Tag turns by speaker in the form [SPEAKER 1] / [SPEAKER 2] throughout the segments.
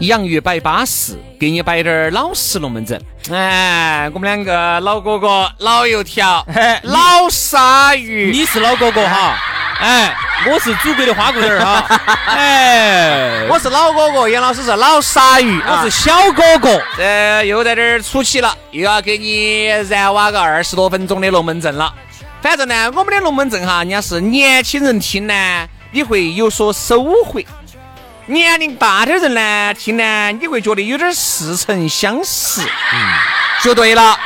[SPEAKER 1] 洋芋摆巴适，给你摆点儿老实龙门阵。哎，我们两个老哥哥、老油条、老鲨鱼，
[SPEAKER 2] 你是老哥哥哈，哎，我是祖国的花骨朵儿 哈，哎，
[SPEAKER 1] 我是老哥哥，杨老师是老鲨鱼，
[SPEAKER 2] 我是
[SPEAKER 1] 啊。
[SPEAKER 2] 小哥哥，
[SPEAKER 1] 这又在这儿出奇了，又要给你燃挖个二十多分钟的龙门阵了。反正呢，我们的龙门阵哈，人家是年轻人听呢，你会有所收获；年龄大的人呢，听呢，你会觉得有点似曾相识。嗯，就对了。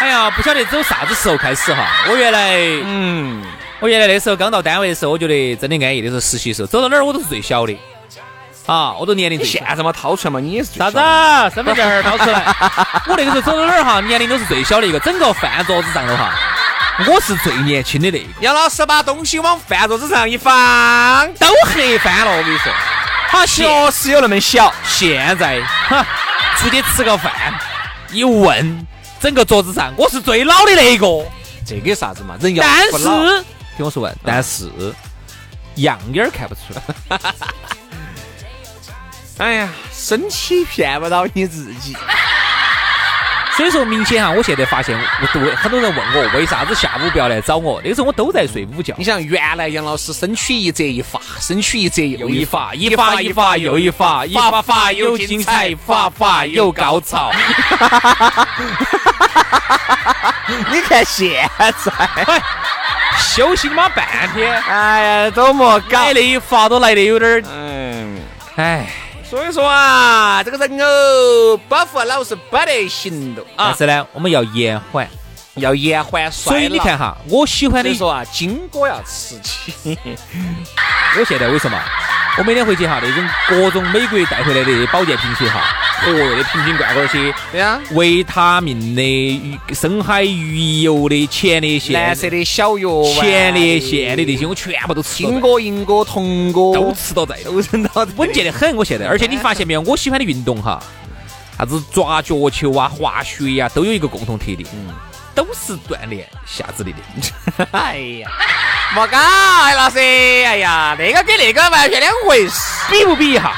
[SPEAKER 2] 哎呀，不晓得走啥子时候开始哈，我原来，嗯，我原来那时候刚到单位的时候，我觉得真的安逸，那时候实习的时候，走到哪儿我都是最小的，啊，我都年龄
[SPEAKER 1] 你
[SPEAKER 2] 最
[SPEAKER 1] 现
[SPEAKER 2] 小。
[SPEAKER 1] 在嘛掏出来嘛，你也是
[SPEAKER 2] 啥子啊？身份证儿掏出来！我那个时候走到哪儿哈，年龄都是最小的一个，整个饭桌子上头哈，我是最年轻的那一个。
[SPEAKER 1] 杨老师把东西往饭桌子上一放，
[SPEAKER 2] 都黑翻了，我跟你说。好，现
[SPEAKER 1] 确实有那么小。
[SPEAKER 2] 现在哈，出去吃个饭，一问，整个桌子上我是最老的那一个。
[SPEAKER 1] 这个有啥子嘛？人要
[SPEAKER 2] 但
[SPEAKER 1] 不老
[SPEAKER 2] 是，嗯听我说完，但是样眼儿看不出来。
[SPEAKER 1] 哎呀，身体骗不到你自己。
[SPEAKER 2] 所以说，明显哈，我现在发现，我都很多人问我为啥子下午不要来找我，那个时候我都在睡午觉
[SPEAKER 1] 你。想，原来杨老师身躯一折一发，身躯一折又
[SPEAKER 2] 又一
[SPEAKER 1] 一发，
[SPEAKER 2] 发，一发一发又一发，一发发又精彩，发发又高潮。
[SPEAKER 1] 你看现在，
[SPEAKER 2] 休息他妈半天，
[SPEAKER 1] 哎呀，多么搞
[SPEAKER 2] 来！的一发都来的有点儿，
[SPEAKER 1] 嗯，
[SPEAKER 2] 哎。
[SPEAKER 1] 所以说啊，这个人哦，包袱老是不得行的
[SPEAKER 2] 但
[SPEAKER 1] 啊，
[SPEAKER 2] 是呢，我们要延缓。
[SPEAKER 1] 要延缓衰
[SPEAKER 2] 所以你看哈，我喜欢
[SPEAKER 1] 所
[SPEAKER 2] 的
[SPEAKER 1] 以，说啊，金哥要吃起。
[SPEAKER 2] 我现在为什么？我每天回去哈，那种各种美国带回来的保健品些哈，哦哟，那瓶瓶罐罐些，
[SPEAKER 1] 对呀、
[SPEAKER 2] 维他命的、鱼深海鱼油的、前列腺
[SPEAKER 1] 蓝、色的小药丸，
[SPEAKER 2] 前列腺的那些，我全部都吃
[SPEAKER 1] 金
[SPEAKER 2] 到
[SPEAKER 1] 哥、银哥、铜哥
[SPEAKER 2] 在，都吃到在，
[SPEAKER 1] 都扔到这里
[SPEAKER 2] 稳健的很。我现在，而且你发现没有，我喜欢的运动哈，啥子抓脚球啊、滑雪呀、都有一个共同特点，
[SPEAKER 1] 嗯
[SPEAKER 2] 都是锻炼下肢力的。
[SPEAKER 1] 哎呀，莫搞，哎老师，哎呀，那个跟那个完全两回事，
[SPEAKER 2] 比不比一下？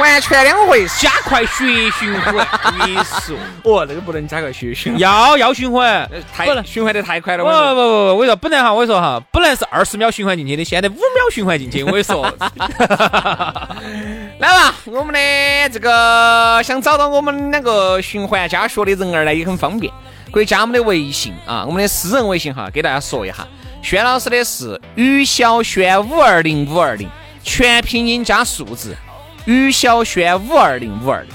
[SPEAKER 1] 完全两回 事。
[SPEAKER 2] 加快血循 环，你说
[SPEAKER 1] 哦，那个不能加快血循环，
[SPEAKER 2] 要要循环，
[SPEAKER 1] 太
[SPEAKER 2] 不能。
[SPEAKER 1] 循环得太快了。
[SPEAKER 2] 不
[SPEAKER 1] 我
[SPEAKER 2] 不
[SPEAKER 1] 跟你说
[SPEAKER 2] 不不，我跟你说，本来哈，我跟你说哈，本来是二十秒循环进去的，现在五秒循环进去，我跟你说，
[SPEAKER 1] 来吧，我们的这个想找到我们两个循环家学的人儿呢，也很方便，可以加我们的微信啊，我们的私人微信哈，给大家说一下，轩老师的是于小轩五二零五二零，全拼音加数字，于小轩五二零五二零。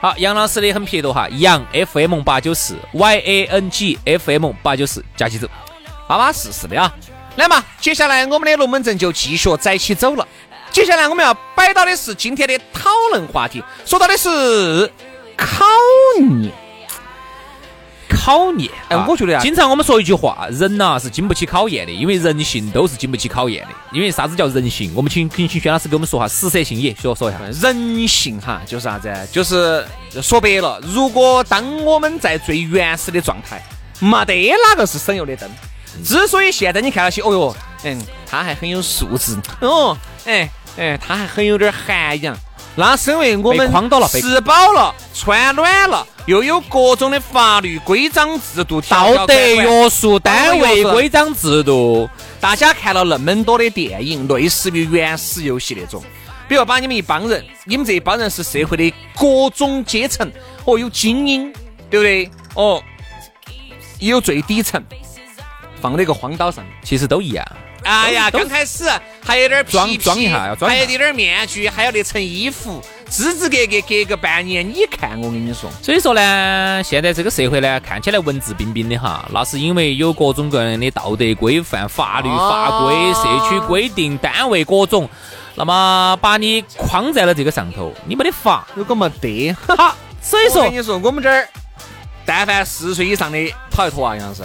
[SPEAKER 2] 好，杨老师的很撇脱哈，杨 FM 八九四 Y A N G F M 八九四加起走，
[SPEAKER 1] 巴巴适适的啊。来嘛，接下来我们的龙门阵就继续在一起走了。接下来我们要摆到的是今天的讨论话题，说到的是考验。
[SPEAKER 2] 考验。
[SPEAKER 1] 哎
[SPEAKER 2] 啊
[SPEAKER 1] 我觉得啊
[SPEAKER 2] 经常我们说一句话，人呐、是经不起考验的，因为人性都是经不起考验的。因为啥子叫人性？我们请请请轩老师给我们说哈，实色性也说说一下。
[SPEAKER 1] 人性哈，就是啥子？就是说白了，如果当我们在最原始的状态，没得哪个是省油的灯。之所以现在你看那些，哦哟，嗯，他还很有素质，哦，哎哎，他还很有点涵养，那是因为我们
[SPEAKER 2] 被框到了被
[SPEAKER 1] 吃饱了，穿暖了，又有各种的法律规章制度、条条
[SPEAKER 2] 道德
[SPEAKER 1] 规管
[SPEAKER 2] 约束单位规章制度，
[SPEAKER 1] 大家看了那么多的电影，类似于原始游戏那种，比如把你们一帮人，你们这一帮人是社会的各种阶层，哦，有精英，对不对？哦，也有最底层，放到一个荒岛上面。
[SPEAKER 2] 其实都一样。
[SPEAKER 1] 哎呀，
[SPEAKER 2] 都
[SPEAKER 1] 刚开始还有点皮
[SPEAKER 2] 装
[SPEAKER 1] 皮
[SPEAKER 2] 装一下要装一
[SPEAKER 1] 还
[SPEAKER 2] 下
[SPEAKER 1] 有点面具，还有那层衣服，支支格格，隔个半年，你看我跟你说，
[SPEAKER 2] 所以说呢，现在这个社会呢，看起来文质彬彬的哈，那是因为有各种各样的道德规范、法律法规、社区规定、单位各种，那么把你框在了这个上头，你没得法。
[SPEAKER 1] 有个没得。
[SPEAKER 2] 好，所以
[SPEAKER 1] 我
[SPEAKER 2] 说
[SPEAKER 1] 跟你说，我们这儿但凡四十岁以上的跑一坨啊，杨是。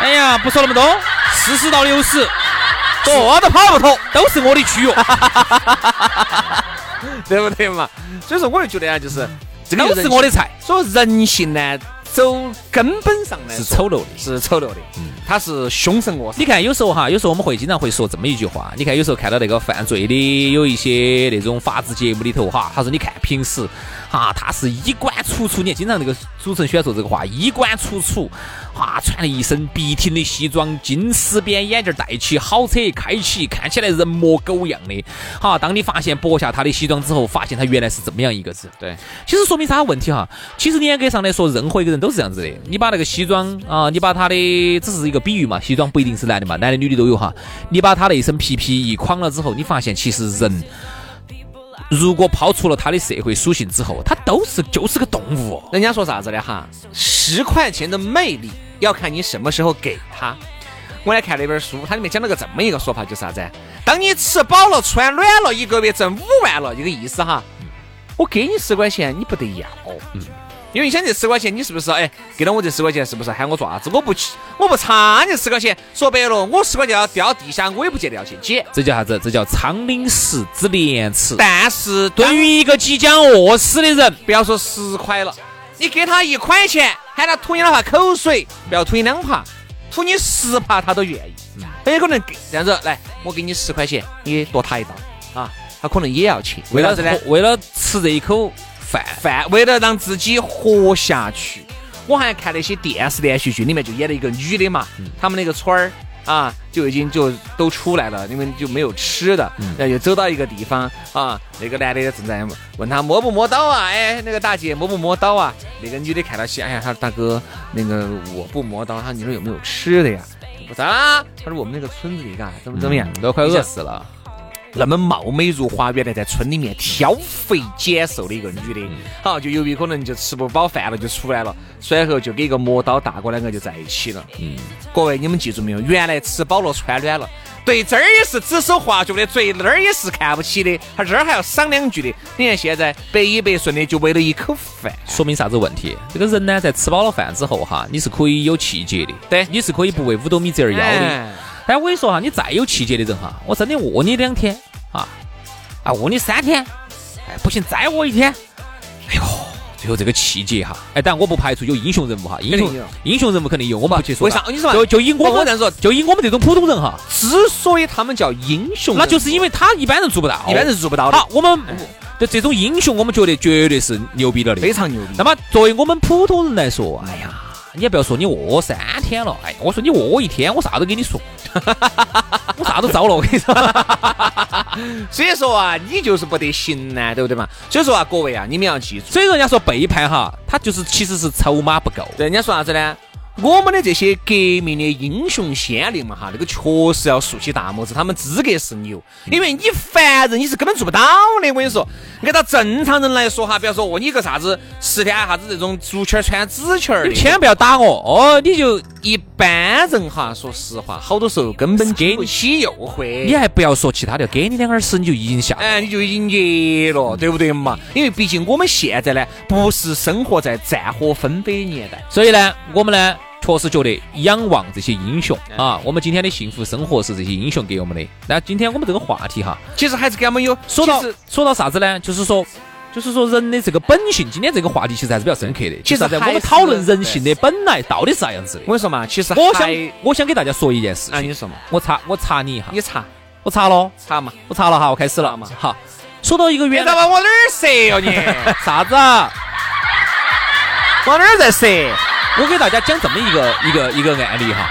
[SPEAKER 2] 哎呀，不说那么多，四十到六十，多都跑不脱，都是我的区域。
[SPEAKER 1] 对不对嘛？所以说，我就觉得啊，就是这个
[SPEAKER 2] 都是我的菜。
[SPEAKER 1] 所以人性呢，走根本上来
[SPEAKER 2] 是
[SPEAKER 1] 说
[SPEAKER 2] 丑嗯陋的
[SPEAKER 1] 是丑陋的，它是凶神恶煞。
[SPEAKER 2] 你看，有时候哈，有时候我们会经常会说这么一句话。你看，有时候看到那个犯罪的有一些那种法制节目里头哈，他说你看平时哈，他是衣冠楚楚，你看经常那个主持人喜欢说这个话，衣冠楚楚啊，穿了一身笔挺的西装，金丝边眼镜戴起，好车开起，看起来人模狗样的。哈，当你发现剥下他的西装之后，发现他原来是这么样一个人。
[SPEAKER 1] 对，
[SPEAKER 2] 其实说明啥问题哈？其实你严格上来说，任何一个人都是这样子的。你把那个西装啊，你把他的只是一个比喻嘛，西装不一定是男的嘛，男的女的都有哈。你把他那一身皮皮一框了之后，你发现其实人如果抛除了他的社会属性之后，他都是就是个动物。
[SPEAKER 1] 人家说啥子的哈？十块钱的魅力要看你什么时候给他。我来看那本书，它里面讲了个这么一个说法，就是啥子啊？当你吃饱了、穿暖了，一个月挣五万了，这个意思哈。我给你十块钱，你不得要。因为你想这十块钱，你是不是哎给了我这十块钱，是不是喊我做啥子？我不去，我不差你十块钱。说白了，我十块钱要掉地下，我也不见得要去捡。
[SPEAKER 2] 这叫啥子？这叫苍廪实之廉耻。
[SPEAKER 1] 但是
[SPEAKER 2] 对于一个即将饿死的人，
[SPEAKER 1] 不要说十块了，你给他一块钱，喊他吐你两下口水，不要吐你两耙，吐你十耙他都愿意。很有可能给这样子，来，我给你十块钱，你多他一刀啊，他可能也要去，为啥子呢？
[SPEAKER 2] 为了吃这一口饭，
[SPEAKER 1] 饭，为了让自己活下去。我还看那些电视连续剧，里面就演了一个女的嘛，他们那个村儿啊，就已经就都出来了，因为就没有吃的，然后就走到一个地方啊，那个男的正在问他摸不摸刀啊？哎，那个大姐摸不摸刀啊？那个女的看到起，哎呀，她说大哥，那个我不摸刀，他说你说有没有吃的呀？不咋啦，他说我们那个村子里嘎怎么怎么样，
[SPEAKER 2] 嗯都快饿死了。
[SPEAKER 1] 那么貌美如花，原来在村里面挑肥拣瘦的一个女的，好就有一可能就吃不饱饭了，就出来了，出来后就跟一个磨刀大哥两个就在一起了。嗯，各位你们记住没有？原来吃饱了穿暖了，对这儿也是指手画脚的，对那儿也是看不起的，他这儿还要赏两句的。你看现在百依百顺的，就为了一口饭。
[SPEAKER 2] 说明啥子问题？这个人呢，在吃饱了饭之后哈，你是可以有气节的，
[SPEAKER 1] 对
[SPEAKER 2] 你是可以不为五斗米折腰的。
[SPEAKER 1] 哎
[SPEAKER 2] 但我跟你说哈，你再有气节的人哈，我真的饿你两天啊，啊饿你三天，哎不行再饿一天，哎呦，最后这个气节哈，哎，但我不排除有英雄人物哈，英
[SPEAKER 1] 定
[SPEAKER 2] 雄
[SPEAKER 1] 有
[SPEAKER 2] 英雄人物肯定有，我们不去说
[SPEAKER 1] 为
[SPEAKER 2] 他。
[SPEAKER 1] 啥你说嘛
[SPEAKER 2] 就就以我
[SPEAKER 1] 我
[SPEAKER 2] 们
[SPEAKER 1] 这样说
[SPEAKER 2] 就以我们这种普通人哈，
[SPEAKER 1] 之所以他们叫英雄人物，
[SPEAKER 2] 那就是因为他一般人做不到，
[SPEAKER 1] 一般人是做不到的，
[SPEAKER 2] 好，我们的这种英雄，我们觉得绝对是牛逼了的，
[SPEAKER 1] 非常牛逼。
[SPEAKER 2] 那么作为我们普通人来说，哎呀，你也不要说你饿三天了，哎，我说你饿一天，我啥都跟你说， 我啥都遭了，我跟你说。
[SPEAKER 1] 所以说啊，你就是不得行呢、对不对嘛？所以说啊，各位啊，你们要记住。
[SPEAKER 2] 所以人家说背叛哈，他就是其实是筹码不够。
[SPEAKER 1] 人家说啥子呢？我们的这些革命的英雄先烈们哈，那个确实要竖起大拇指，他们资格是牛，因为你凡人你是根本做不到的。我跟你说，按照正常人来说哈，比方说哦，你个啥子十天啊啥子这种竹签儿穿纸签儿
[SPEAKER 2] 你
[SPEAKER 1] 的，
[SPEAKER 2] 千万不要打我哦，你就
[SPEAKER 1] 一般人哈，说实话，好多时候根本
[SPEAKER 2] 给
[SPEAKER 1] 经
[SPEAKER 2] 你
[SPEAKER 1] 不起诱
[SPEAKER 2] 你
[SPEAKER 1] 惑，
[SPEAKER 2] 还不要说其他的，给你两耳屎你就已经下。
[SPEAKER 1] 哎，你就已经热了，对不对嘛？因为毕竟我们现在呢，不是生活在战火纷飞的年代。
[SPEAKER 2] 所以呢，我们呢确实觉得仰望这些英雄啊，我们今天的幸福生活是这些英雄给我们的。那今天我们这个话题哈，
[SPEAKER 1] 其实还是给我们有
[SPEAKER 2] 说到
[SPEAKER 1] 其实
[SPEAKER 2] 说到啥子呢？就是说，就是说人的这个本性，今天这个话题其实还是比较深刻的。就是
[SPEAKER 1] 其实
[SPEAKER 2] 啥子
[SPEAKER 1] 还
[SPEAKER 2] 我们
[SPEAKER 1] 是
[SPEAKER 2] 讨论人性的本来到底是啥样子
[SPEAKER 1] 我
[SPEAKER 2] 的。
[SPEAKER 1] 跟你说嘛，其实
[SPEAKER 2] 我
[SPEAKER 1] 还
[SPEAKER 2] 想我想给大家说一件事
[SPEAKER 1] 啊，
[SPEAKER 2] 情，
[SPEAKER 1] 你说嘛，
[SPEAKER 2] 我查我查你一下，
[SPEAKER 1] 你查
[SPEAKER 2] 我查了，哦
[SPEAKER 1] 查嘛，
[SPEAKER 2] 我查了哈，我开始了嘛。好，说到一个
[SPEAKER 1] 别
[SPEAKER 2] 原
[SPEAKER 1] 再
[SPEAKER 2] 来
[SPEAKER 1] 往我哪儿射哟你，
[SPEAKER 2] 啥子啊？
[SPEAKER 1] 往哪儿在射？
[SPEAKER 2] 我给大家讲这么一个一个一个案例哈。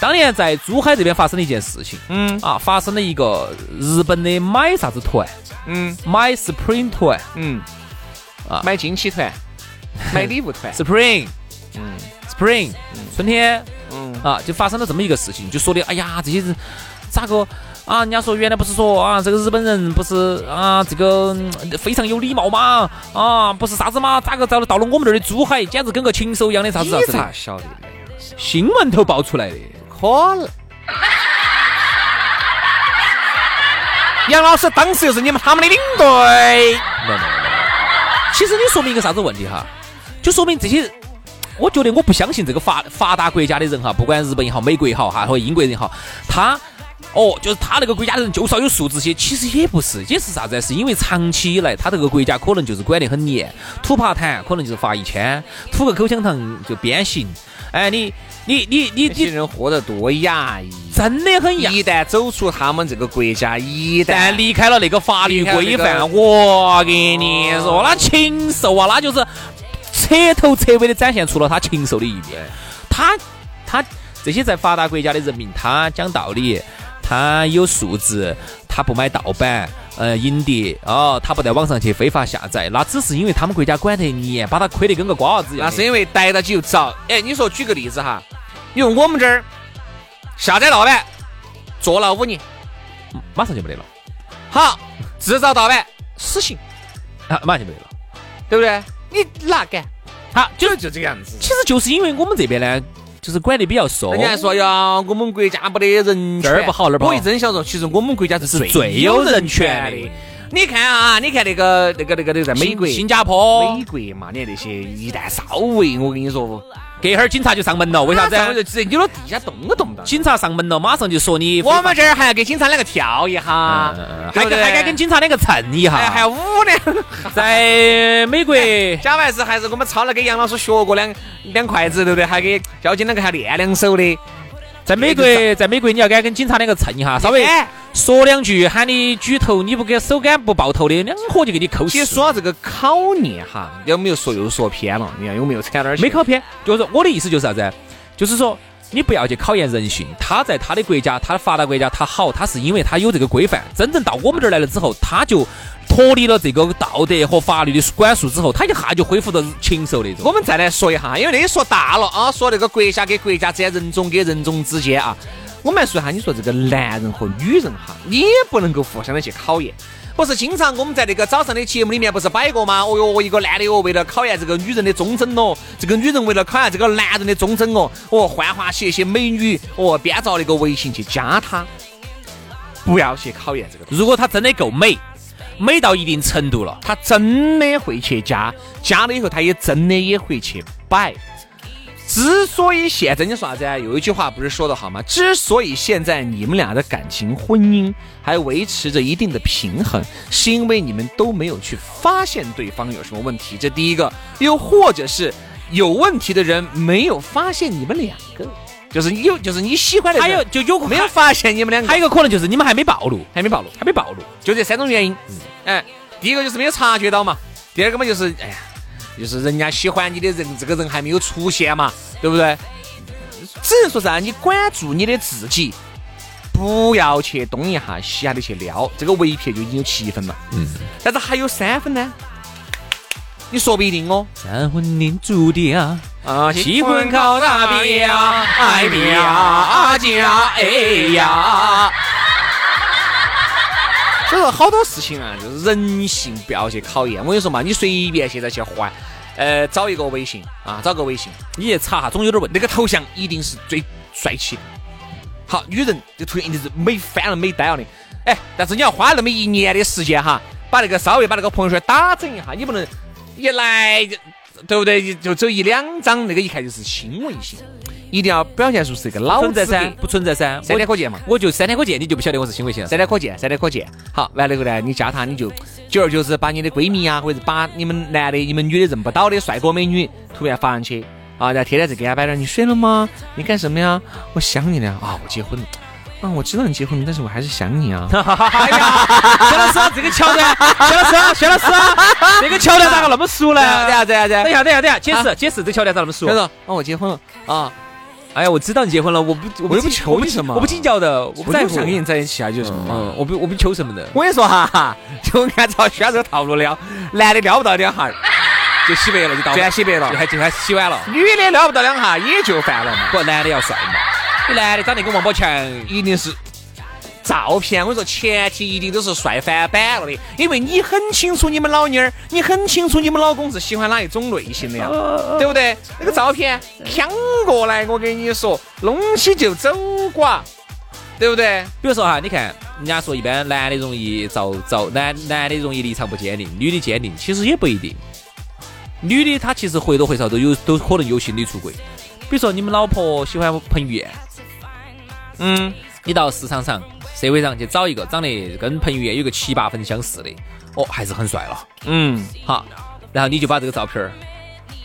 [SPEAKER 2] 当年在珠海这边发生了一件事情，
[SPEAKER 1] 嗯
[SPEAKER 2] 啊，发生了一个日本的买啥子团，
[SPEAKER 1] 嗯
[SPEAKER 2] 买 Spring 团
[SPEAKER 1] 嗯，
[SPEAKER 2] 啊，
[SPEAKER 1] 买惊喜 团，买礼物团
[SPEAKER 2] ，Spring，嗯，Spring，春天
[SPEAKER 1] 嗯，
[SPEAKER 2] 啊，就发生了这么一个事情，就说的，哎呀，这些人咋个啊？人家说原来不是说啊，这个日本人不是啊，这个、嗯非常有礼貌嘛，啊，不是啥子嘛，咋个到了到了我们这儿的珠海，简直跟个禽兽一样的啥子啥
[SPEAKER 1] 你
[SPEAKER 2] 子
[SPEAKER 1] 咋
[SPEAKER 2] 的，
[SPEAKER 1] 晓得的呀？
[SPEAKER 2] 新闻头爆出来的。
[SPEAKER 1] 可能。杨老师当时又是你们他们的领队，
[SPEAKER 2] 没有没有没有。其实你说明一个啥子问题哈？就说明这些，我觉得我不相信这个发发达国家的人哈，不管日本也好、美国也好哈，或者英国人也好，他。哦，就是他那个国家的人就是要有素质些，其实也不是，也是啥子啊？是因为长期以来他这个国家可能就是管得很严，吐爬痰可能就是罚一千，吐个口香糖就鞭刑。哎，你你你你
[SPEAKER 1] 这些
[SPEAKER 2] 你，
[SPEAKER 1] 人活得多压抑。
[SPEAKER 2] 真的很严。
[SPEAKER 1] 一旦走出他们这个国家，一
[SPEAKER 2] 但
[SPEAKER 1] 旦
[SPEAKER 2] 离开了那个法律规
[SPEAKER 1] 离开
[SPEAKER 2] 范，
[SPEAKER 1] 了那
[SPEAKER 2] 我跟你
[SPEAKER 1] 哦
[SPEAKER 2] 说，那禽兽啊，那就是彻头彻尾的展现出了他禽兽的一面。他他这些在发达国家的人民，他讲道理，他有素质，他不买盗版。呃，影碟哦，他不在网上去非法下载，那只是因为他们国家管得严，把他亏得跟个瓜娃子一样
[SPEAKER 1] 那
[SPEAKER 2] 的。
[SPEAKER 1] 是因为逮到起就遭。哎，你说举个例子哈，你说我们这儿下载盗版坐牢五年，
[SPEAKER 2] 马上就没得了，
[SPEAKER 1] 好，制造盗版死刑，
[SPEAKER 2] 啊，马上就没得了。
[SPEAKER 1] 对不对？你哪敢？
[SPEAKER 2] 好，
[SPEAKER 1] 就就这个样子。
[SPEAKER 2] 其实就是因为我们这边呢，就是管得比较松。
[SPEAKER 1] 人家还说呀，我们国家没得人权，
[SPEAKER 2] 这儿不好那儿不好
[SPEAKER 1] 我一真想说，其实我们国家是
[SPEAKER 2] 最
[SPEAKER 1] 最
[SPEAKER 2] 有
[SPEAKER 1] 有
[SPEAKER 2] 人
[SPEAKER 1] 人
[SPEAKER 2] 权
[SPEAKER 1] 权
[SPEAKER 2] 的
[SPEAKER 1] 的。你看啊，你看那个那个那个那个在美国，
[SPEAKER 2] 新加坡、
[SPEAKER 1] 美国嘛，你看那些一旦稍微，我跟你说，
[SPEAKER 2] 隔一会儿警察就上门了，为啥子
[SPEAKER 1] 他？上面就直接扭到地下动都动不到。
[SPEAKER 2] 警察上门了，马上就说你非法。
[SPEAKER 1] 我们这儿还要给警察两个跳一下
[SPEAKER 2] 嗯嗯嗯，
[SPEAKER 1] 对
[SPEAKER 2] 还敢
[SPEAKER 1] 不对
[SPEAKER 2] 还敢跟警察两个蹭一
[SPEAKER 1] 哎还哎
[SPEAKER 2] 下
[SPEAKER 1] 要。舞呢。
[SPEAKER 2] 在美国，
[SPEAKER 1] 假还是还是我们抄了给杨老师学过两两筷子，对不对？还给交警两个还练两手的，
[SPEAKER 2] 在美国，在美国，你要敢跟警察两个蹭一下，稍微
[SPEAKER 1] 哎
[SPEAKER 2] 说两句，喊你举头，你不给手杆不抱头的，两伙就给你扣
[SPEAKER 1] 其
[SPEAKER 2] 死
[SPEAKER 1] 实。说到这个考验哈，有没有说又说偏了？你看有没有扯哪儿去？
[SPEAKER 2] 没考偏，就是我的意思就是啥子？就是说。你不要去考验人性，他在他的国家，他的发达国家，他好，他是因为他有这个规范。真正到我们这儿来了之后，他就脱离了这个道德和法律的管束之后，他一下就恢复到禽兽那种。
[SPEAKER 1] 我们再来说一下，因为那些说大了啊，说那个国家跟国家之间、人种跟人种之间啊，我们来说一下，你说这个男人和女人哈，你也不能够互相的去考验。不是经常我们在那个早上的节目里面不是摆过吗？哦哟，一个男的哟，为了考验这个女人的忠贞哦，这个女人为了考验这个男人的忠贞哦，哦，幻化起一些美女，哦，编造那个微信去加他，不要去考验这个。
[SPEAKER 2] 如果她真的够美，美到一定程度了，
[SPEAKER 1] 他真的会去加，加了以后他也真的也会去摆。之所以现在你说啥子啊？有一句话不是说得好吗？之所以现在你们俩的感情、婚姻还维持着一定的平衡，是因为你们都没有去发现对方有什么问题，这第一个；又或者是有问题的人没有发现你们两个，就是你有，就是你喜欢的人，
[SPEAKER 2] 还有就有
[SPEAKER 1] 没有发现你们两个，
[SPEAKER 2] 还有一个可能就是你们还没暴露，
[SPEAKER 1] 还没暴露。
[SPEAKER 2] 还没暴露。
[SPEAKER 1] 就这三种原因。
[SPEAKER 2] 嗯
[SPEAKER 1] 哎，第一个就是没有察觉到嘛，第二个嘛就是哎呀，就是人家喜欢你的人，这个人还没有出现嘛，对不对？只能说啥，你管住你的自己，不要去东一下西一下的去撩，这个围撇就已经有七分了。嗯，但是还有三分呢，你说不一定哦。
[SPEAKER 2] 三婚零注定啊，
[SPEAKER 1] 啊，哎
[SPEAKER 2] 喜欢靠大边呀，爱比呀家哎呀。
[SPEAKER 1] 所以说好多事情啊，就是人性不要去考验。我跟你说嘛，你随便现在去换，呃，找一个微信啊，找个微信，
[SPEAKER 2] 你去查哈，总有点问题。
[SPEAKER 1] 那个头像一定是最帅气的。好，女人这图一定是美翻了、美呆了的。哎，但是你要花那么一年的时间哈，把那个稍微把那个朋友圈打整一下，你不能一来就对不对？就走一两张，那个一看就是新微信，一定要表现出是一个老
[SPEAKER 2] 存在
[SPEAKER 1] 资
[SPEAKER 2] 噻，
[SPEAKER 1] 格。
[SPEAKER 2] 不存在噻。
[SPEAKER 1] 三天可见嘛。
[SPEAKER 2] 我就三天可见，你就不晓得我是新微信了。
[SPEAKER 1] 三天可见，三天可见。好，完了以后呢，你加他，你就久而久之把你的闺蜜啊，或者是把你们男的、你们女的认不到的帅哥美女图片发上去啊，然后天天在给他摆着，你睡了吗？你干什么呀？我想你了啊，我结婚了啊，我知道你结婚了，但是我还是想 你啊。
[SPEAKER 2] 哎呀，薛老师，这个桥段，薛老师，薛老师，这个桥段咋个那么熟呢？ 哎
[SPEAKER 1] 对啊，对啊，对啊。
[SPEAKER 2] 等一下，等一下，等一下，解释
[SPEAKER 1] 啊
[SPEAKER 2] 解释，这个桥段咋那么熟
[SPEAKER 1] 他？说啊，我结婚了啊，
[SPEAKER 2] 哎呀，我知道你结婚了，我不，我
[SPEAKER 1] 我又不
[SPEAKER 2] 计
[SPEAKER 1] 求
[SPEAKER 2] 我不
[SPEAKER 1] 你
[SPEAKER 2] 计
[SPEAKER 1] 什么
[SPEAKER 2] 我不计较的，我不
[SPEAKER 1] 我
[SPEAKER 2] 在
[SPEAKER 1] 就
[SPEAKER 2] 乎。
[SPEAKER 1] 想跟你在一起啊，就什么嘛。
[SPEAKER 2] 嗯，我不，我不求什么的。
[SPEAKER 1] 我跟你说哈， 就按照轩这个套路撩，男的撩不到两下，
[SPEAKER 2] 就洗白了，就到
[SPEAKER 1] 全洗白了
[SPEAKER 2] 就；还就还洗完了。
[SPEAKER 1] 女的撩不到两下也就犯了嘛。
[SPEAKER 2] 不，男的要帅嘛，你男的长得跟王宝强，
[SPEAKER 1] 一定是照片。我跟你说，前提一定都是帅翻版了的，因为你很清楚你们老妞儿，你很清楚你们老公是喜欢哪一种类型的呀，对不对？那个照片扛过来，我跟你说，弄起就走瓜，对不对？
[SPEAKER 2] 比如说哈，你看人家说一般男的容易遭遭男男的容易立场不坚定，女的坚定，其实也不一定。女的她其实或多或少都有都可能有心理出轨，比如说你们老婆喜欢彭于晏，
[SPEAKER 1] 嗯，
[SPEAKER 2] 你到市场上、社会上去找一个长得跟彭于晏有个七八分相似的，哦，还是很帅了。
[SPEAKER 1] 嗯，
[SPEAKER 2] 好，然后你就把这个照片儿，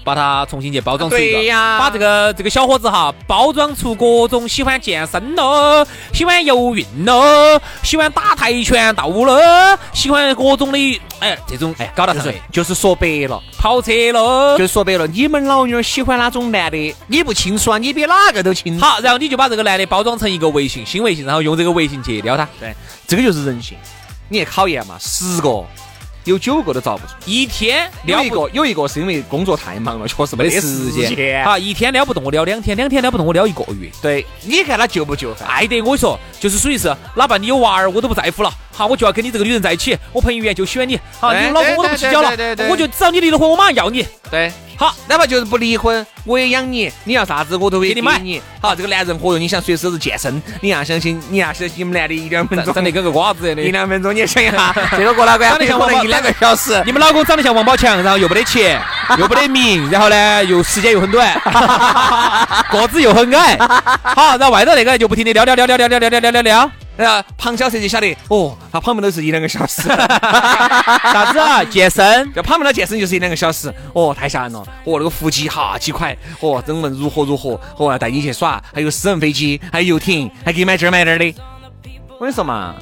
[SPEAKER 2] 把它重新去包装出一个，
[SPEAKER 1] 对呀
[SPEAKER 2] 把这个这个小伙子哈，包装出各种喜欢健身喽，喜欢游泳喽，喜欢打跆拳道喽，喜欢各种的，哎，这种哎搞到上
[SPEAKER 1] 就是
[SPEAKER 2] 面
[SPEAKER 1] 就是说白了，
[SPEAKER 2] 跑车喽
[SPEAKER 1] 就。是说白了，你们老妞儿喜欢哪种男的，你不清楚啊，你比哪个都清楚。
[SPEAKER 2] 好，然后你就把这个男的包装成一个微信新微信，然后用这个微信去撩他，
[SPEAKER 1] 对，这个就是人性。你也考验嘛，十个有九个都遭不住。
[SPEAKER 2] 一天
[SPEAKER 1] 有
[SPEAKER 2] 撩
[SPEAKER 1] 一
[SPEAKER 2] 不
[SPEAKER 1] 个有一个是因为工作太忙了，确实没
[SPEAKER 2] 没
[SPEAKER 1] 得
[SPEAKER 2] 得
[SPEAKER 1] 时
[SPEAKER 2] 时
[SPEAKER 1] 间
[SPEAKER 2] 间，。好，一天撩不动我撩两天，两天撩不动我撩一个月。
[SPEAKER 1] 对，你看他就不就范？
[SPEAKER 2] 爱得我说，就是属于是，哪怕你有娃儿，我都不在乎了。好，我就要跟你这个女人在一起。我彭于晏就喜欢你，好，
[SPEAKER 1] 哎
[SPEAKER 2] 你有老公我都不计较了
[SPEAKER 1] 对对对对对。
[SPEAKER 2] 我就只要你离了婚，我马上要你。
[SPEAKER 1] 对，
[SPEAKER 2] 好，
[SPEAKER 1] 哪怕就是不离婚，我也养你，你要啥子我都会
[SPEAKER 2] 给
[SPEAKER 1] 给
[SPEAKER 2] 你买
[SPEAKER 1] 你。好，这个男人活用，你想随时都是健身，你要相信，你要相信你们男的一两分 钟，
[SPEAKER 2] 长得跟个瓜子一样
[SPEAKER 1] 一
[SPEAKER 2] 的。
[SPEAKER 1] 两分钟，你也想 一下，这个过 哪关？
[SPEAKER 2] 长得像
[SPEAKER 1] 可能
[SPEAKER 2] 王八
[SPEAKER 1] 一两个小时。
[SPEAKER 2] 你们老公长得像王宝强，然后又没得钱，又没得名，然后呢又时间又很短， 个子又很矮。好，然后外头那个就不停的撩撩撩撩撩撩撩撩撩撩，
[SPEAKER 1] 然后旁呃小车就晓得，哦，他旁边都是一两个小时，
[SPEAKER 2] 啥子啊？健身。
[SPEAKER 1] 这旁边的健身就是一两个小时，哦，太吓人了，哦，那个腹肌哈几块，哦，整文如何如何，哦，要带你去耍，还有私人飞机，还有游艇，还给你买这儿买那儿的。我跟你说嘛，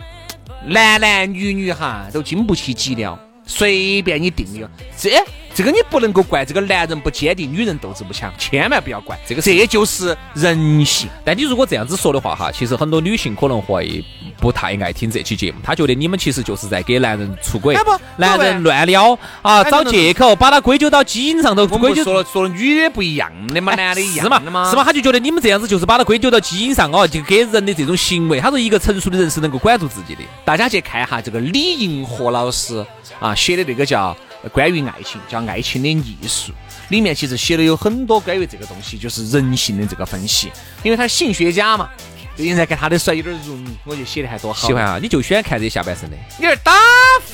[SPEAKER 1] 男男女女哈都经不起挤掉，随便你定义。这这个你不能够怪这个男人不坚定，女人斗志不强，千万不要怪这个，这就是人性。
[SPEAKER 2] 但你如果这样子说的话，哈，其实很多女性可能会不太爱听这期节目，她觉得你们其实就是在给男人出轨
[SPEAKER 1] 哎不，
[SPEAKER 2] 男
[SPEAKER 1] 各位
[SPEAKER 2] 人乱撩啊，
[SPEAKER 1] 哎
[SPEAKER 2] 找
[SPEAKER 1] 等等
[SPEAKER 2] 借口，把他归咎到基因上头，
[SPEAKER 1] 我们
[SPEAKER 2] 归
[SPEAKER 1] 不是
[SPEAKER 2] 咎
[SPEAKER 1] 说了说了女的不一样的嘛，
[SPEAKER 2] 哎
[SPEAKER 1] 男的一样
[SPEAKER 2] 是嘛
[SPEAKER 1] 的嘛，
[SPEAKER 2] 是嘛，？他就觉得你们这样子就是把他归咎到基因上哦，就给人的这种行为。他说一个成熟的人是能够管住自己的，
[SPEAKER 1] 大家去看一下这个李银河老师啊写的那个叫《关于爱情》，叫《爱情的艺术》，里面其实写的有很多关于这个东西，就是人性的这个分析。因为他是性学家嘛，最近在看他的书有点入迷，我觉得写的还多好。
[SPEAKER 2] 喜欢啊，你就喜欢看这些下半身的，
[SPEAKER 1] 你这打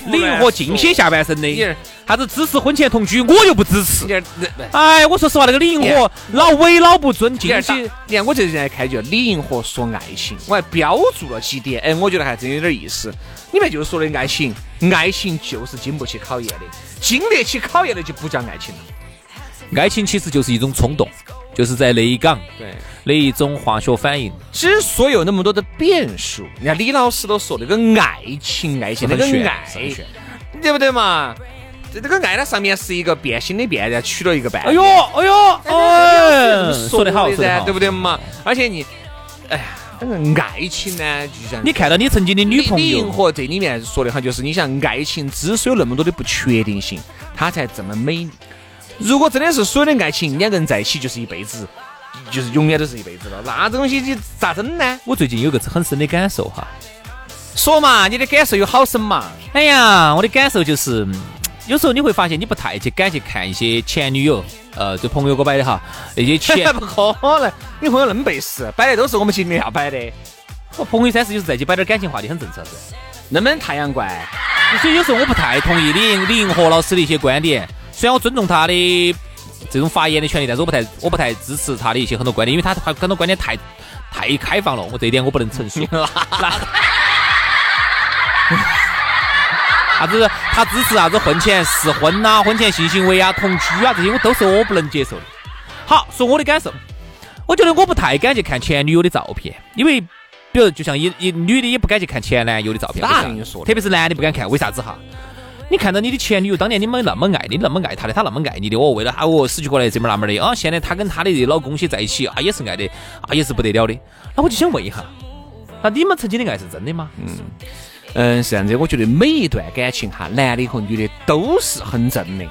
[SPEAKER 1] 胡
[SPEAKER 2] 灵
[SPEAKER 1] 乱
[SPEAKER 2] 活
[SPEAKER 1] 说
[SPEAKER 2] 尽些，下半身
[SPEAKER 1] 你这
[SPEAKER 2] 的，啥子支持婚前同居，我又不支持
[SPEAKER 1] 你。这
[SPEAKER 2] 哎，我说实话，那个李银河老为老不尊，
[SPEAKER 1] 你
[SPEAKER 2] 尽
[SPEAKER 1] 这打
[SPEAKER 2] 些。，
[SPEAKER 1] 你看我这现在看就李银河说爱情，我还标注了几点，哎，我觉得还真有点意思。里面就是说的爱情，爱情就是经不起考验的，经得起考验的就不叫爱情了。
[SPEAKER 2] 爱情其实就是一种冲动，就是在内港。
[SPEAKER 1] 对。
[SPEAKER 2] 的一种化学反应，
[SPEAKER 1] 之所以有那么多的变数，你看李老师都说那个爱情，爱情那
[SPEAKER 2] 很
[SPEAKER 1] 个
[SPEAKER 2] 炫
[SPEAKER 1] 爱
[SPEAKER 2] 是很炫，
[SPEAKER 1] 对不对嘛？这这个爱它上面是一个变形的变，然后取了一个半。
[SPEAKER 2] 哎呦，哎呦，哎，
[SPEAKER 1] 说
[SPEAKER 2] 说得好，说得
[SPEAKER 1] 噻，
[SPEAKER 2] 好，
[SPEAKER 1] 对不？对嘛？而且你，哎呀，这个爱情呢，就像
[SPEAKER 2] 你看到你曾经的女朋
[SPEAKER 1] 李银
[SPEAKER 2] 友，
[SPEAKER 1] 河这里面说的哈，就是你像爱情之所以有那么多的不确定性，它才这么美丽。如果真的是所有的爱情，两个人在一起就是一辈子，就是永远都是一辈子了，那这东西你咋整呢？
[SPEAKER 2] 我最近有个很深的感受哈。
[SPEAKER 1] 说嘛，你的感受有好深嘛？
[SPEAKER 2] 哎呀，我的感受就是，嗯有时候你会发现你不太去敢去看一些前女友，呃，就朋友给我摆的哈，那些前
[SPEAKER 1] 不可能，你朋友那么背时，摆的都是我们节目要摆的，
[SPEAKER 2] 我朋友三十就是在去摆点感情话题，很正常噻。
[SPEAKER 1] 那么太阳怪。
[SPEAKER 2] 所以有时候我不太同意李银李银河老师的一些观点，虽然我尊重他的这种发言的权利，但是我不太我不太支持他的一些很多观点，因为他很很多观点太太开放了，我这一点我不能承受。啥子？他支持啥子婚前试婚呐、婚前性行为啊、同居啊这些，我都是我不能接受的。好，说我的感受，我觉得我不太敢去看前女友的照片，因为比如就像一一女的也不敢去看前男友的照片，
[SPEAKER 1] 那
[SPEAKER 2] 为啥
[SPEAKER 1] 你说的
[SPEAKER 2] 特别是男的不敢看，为啥子哈？你看到你的前女友当年你们那么爱，你那么爱她的，她那么爱你的，哦，为了她哦死去活来这么那么的啊，现在她跟她的这老公些在一起啊，也是爱的啊，也是不得了的。那我就想问一下，那你们曾经的爱是真的吗？
[SPEAKER 1] 嗯，是这样子，我觉得每一段感情哈，男的和女的都是很正的。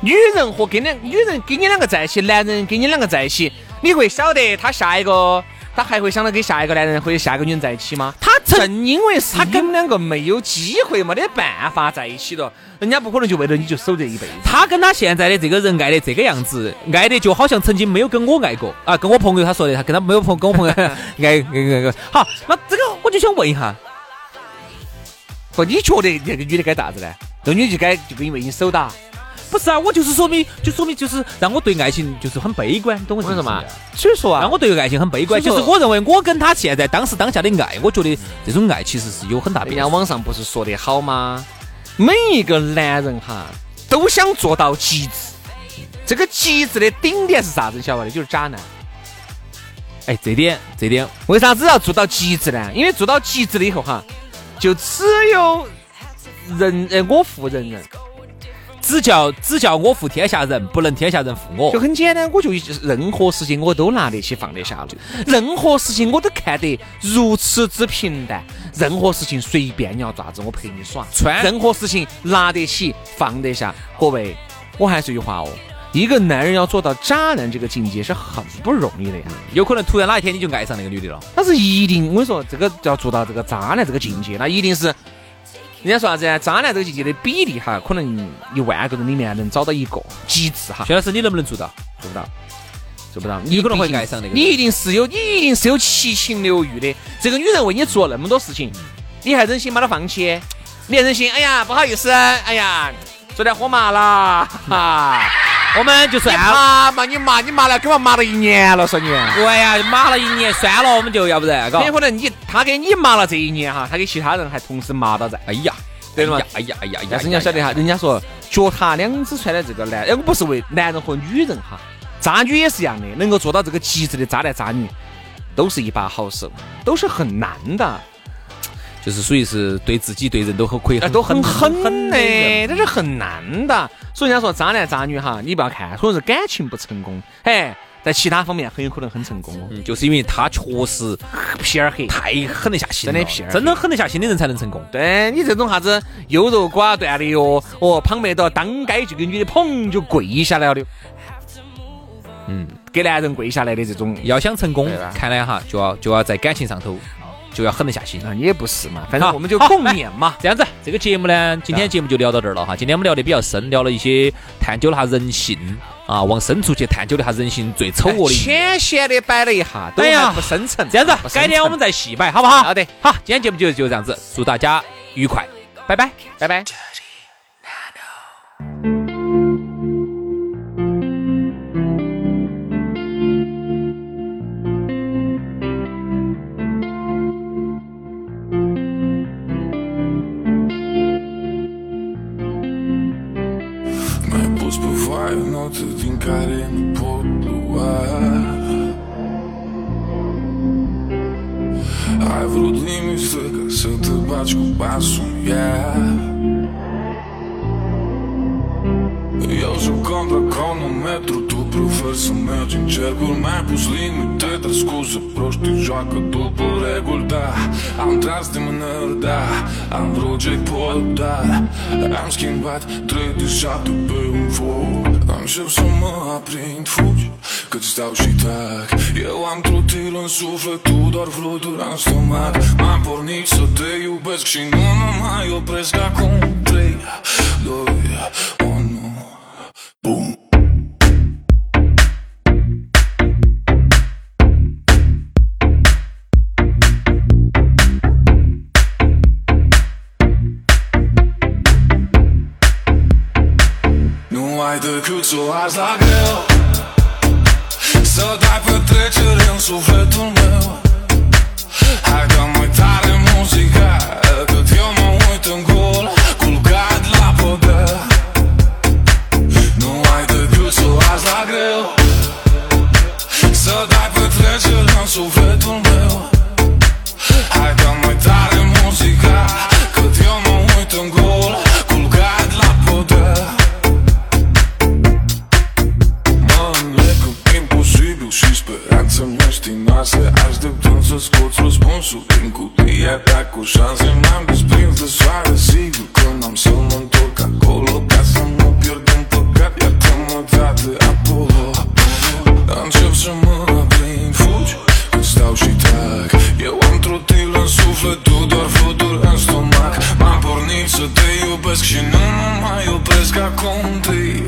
[SPEAKER 1] 女人和跟两女人跟你两个在一起，男人跟你两个在一起，你会晓得他下一个，他还会想到跟下一个男人或者下一个女人在一起吗？
[SPEAKER 2] 他
[SPEAKER 1] 正因为是他跟两个没有机会、没得办法在一起了，人家不可能就为了你就守这一辈子。
[SPEAKER 2] 他跟他现在的这个人爱的这个样子，爱的就好像曾经没有跟我爱过啊，跟我朋友他说的，他跟他没有朋跟我 朋友爱爱爱爱。好，那这个我就想问一下，
[SPEAKER 1] 和你觉得那个女的该咋子呢？那女的就该就跟你为你手打。
[SPEAKER 2] 不是啊，我就是说明，就说明就是让我对爱情就是很悲观，懂我意思
[SPEAKER 1] 为什
[SPEAKER 2] 吗
[SPEAKER 1] 么？？所以说啊
[SPEAKER 2] 让，我对爱情很悲观，
[SPEAKER 1] 所
[SPEAKER 2] 就
[SPEAKER 1] 以
[SPEAKER 2] 是
[SPEAKER 1] 说
[SPEAKER 2] 我认为我跟他现在当时当下的爱，我觉得这种爱其实是有很大的
[SPEAKER 1] 人。家网上不是说得好吗？每一个男人哈，都想做到极致。这个极致的顶点是啥子？你晓得吧？就是渣男。
[SPEAKER 2] 哎，这点这点，
[SPEAKER 1] 为啥子要做到极致呢？因为做到极致了以后哈，就只有人呃我负人人，
[SPEAKER 2] 只叫只叫我负天下人，不能天下人负我
[SPEAKER 1] 就。很简单，我就一任何事情我都拿得起放得下了，任何事情我都看得如此之平淡，任何事情随便你要咋子我陪你耍，
[SPEAKER 2] 穿
[SPEAKER 1] 任何事情拿得起放得下。各位，我还是一句话哦，一个男人要做到渣男这个境界是很不容易的呀。
[SPEAKER 2] 有可能突然哪一天你就爱上那个女的了，
[SPEAKER 1] 但是一定，我跟你说，这个要做到这个渣男这个境界，那一定是人家说啥子啊呢？渣男这个境界的比例哈，可能一万个人里面能找到一个极致哈，
[SPEAKER 2] 薛老师你能不能做到？
[SPEAKER 1] 做不到，做不到。
[SPEAKER 2] 有可能会
[SPEAKER 1] 毕竟
[SPEAKER 2] 爱上那个人
[SPEAKER 1] 你一定是有，你一定是有七情六欲的。这个女人为你做了那么多事情，
[SPEAKER 2] 嗯
[SPEAKER 1] 你还忍心把她放弃？你还忍心？哎呀，不好意思，哎呀，昨天喝麻了，
[SPEAKER 2] 嗯
[SPEAKER 1] 哈，
[SPEAKER 2] 我们就算
[SPEAKER 1] 你
[SPEAKER 2] 了。
[SPEAKER 1] 麻嘛，你麻，你麻了，给我麻了一年了，说你。
[SPEAKER 2] 哎呀，麻了一年，算了，我们就要不然，嘎
[SPEAKER 1] 很。有可能你他给你麻了这一年哈，他给其他人还同时麻到在。
[SPEAKER 2] 哎呀，
[SPEAKER 1] 对了嘛
[SPEAKER 2] 哎呀，哎呀，哎呀，
[SPEAKER 1] 但是你要晓得哈，人家说脚踏两只船的这个男，哎，我不是为男人和女人哈，渣女也是一样的，能够做到这个极致的渣男渣女，都是一把好手，都是很难的，
[SPEAKER 2] 就是属于是对自己对人都很可以
[SPEAKER 1] 哎，
[SPEAKER 2] 很，
[SPEAKER 1] 都很
[SPEAKER 2] 很
[SPEAKER 1] 狠的
[SPEAKER 2] 人，
[SPEAKER 1] 这是很难的。所以人家说渣男渣女哈，你不要看，可能是感情不成功，哎，在其他方面很有可能很成功哦，
[SPEAKER 2] 嗯就是因为他确实
[SPEAKER 1] 皮儿黑。
[SPEAKER 2] 太狠得下心了，
[SPEAKER 1] 真的屁儿
[SPEAKER 2] 真的狠得下心的人才能成功。
[SPEAKER 1] 对你这种啥子优柔寡断的哟，哦，旁边到当街就给女的砰就跪下来了的，
[SPEAKER 2] 嗯，
[SPEAKER 1] 给男人跪下来的这种，
[SPEAKER 2] 要想成功
[SPEAKER 1] 对吧，
[SPEAKER 2] 看来哈，就要就要在感情上头就要狠得下心。
[SPEAKER 1] 啊，你也不是嘛，反
[SPEAKER 2] 好
[SPEAKER 1] 正我们就共勉 嘛。
[SPEAKER 2] 这样子，这个节目呢，今天节目就聊到这儿了哈。今天我们聊的比较深，聊了一些探究了下人性啊，往深处去探究了下人性最丑恶的一面。
[SPEAKER 1] 浅显的摆了一下，都
[SPEAKER 2] 哎呀
[SPEAKER 1] 还不深层。
[SPEAKER 2] 这样子
[SPEAKER 1] 不，深
[SPEAKER 2] 改天我们再细摆，好不好？
[SPEAKER 1] 好的，
[SPEAKER 2] 好，今天节目就就这样子，祝大家愉快，拜拜。
[SPEAKER 1] 拜拜。
[SPEAKER 3] Небо збиває ноти дінкарі не подливає Ай в родимі свикався ти бачку басом я Я вже контра кону метро ту професор мечин чергур ме послини те да скуза прошти жака дупо регульда Ам трасти ме на рда Ам вруджай поддар Ам скин бат три дишата бил вод Ам ще в сума принт фуч Като стал ще так Елам тротилен суфет удар в лудор Ам стомак Мам порница те юбез Кшину на майо през каком трей Дой Оно Бум Nu ai decât să o arzi la greu Să dai petrecere în sufletul meu Hai dă mai tare muzica Cât eu mă uit în gol Culcat la podea Nu ai decât să o arzi la greu Să dai petrecere în sufletul meu Hai dă mai tare muzica Cât eu mă uit în gol Culcat Ама io прескаком ти,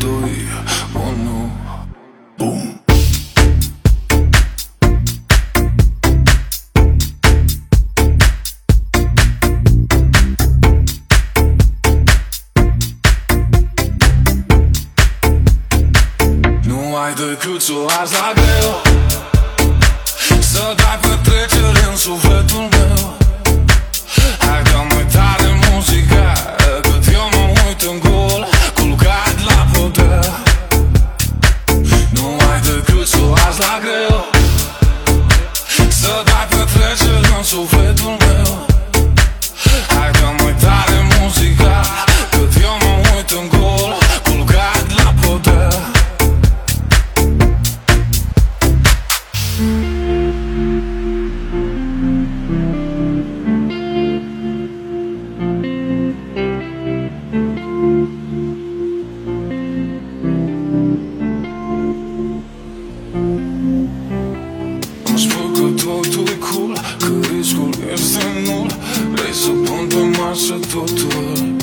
[SPEAKER 3] той, оно Бум Nu айде кюцо, аз нагрел Să dai petrecere în sufletul meu Hai dă mai tare muzica Cât eu mă uit în gol Culcat la podea Nu ai decât să o las la greu Să dai petrecere în sufletul meu Hai dă mai tare muzica Cât eu mă uit în gol Culcat la podea Îmi spui că totul e cool Că riscul este nul Vrei să pun pe masă totul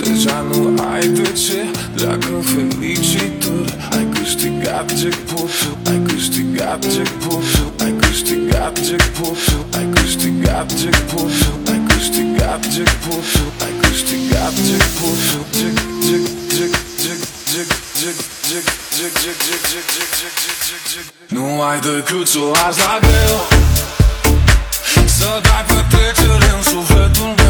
[SPEAKER 3] Deja nu ai de ce Dragă felicitări Ai câștigat jackpot-ul Ai câștigat jackpot-ul Ai câștigat jackpot-ul Ai câștigat jackpot-ul Ai câștigat jackpot-ul Ai câștigat jackpot-ul Jack, jack, jack, jack, jack, jack, jack, jack, jack, jack, jack, jack, jack, jack, jack, jack. Nu ai decât să o lași la greu Să dai petrecere în sufletul meu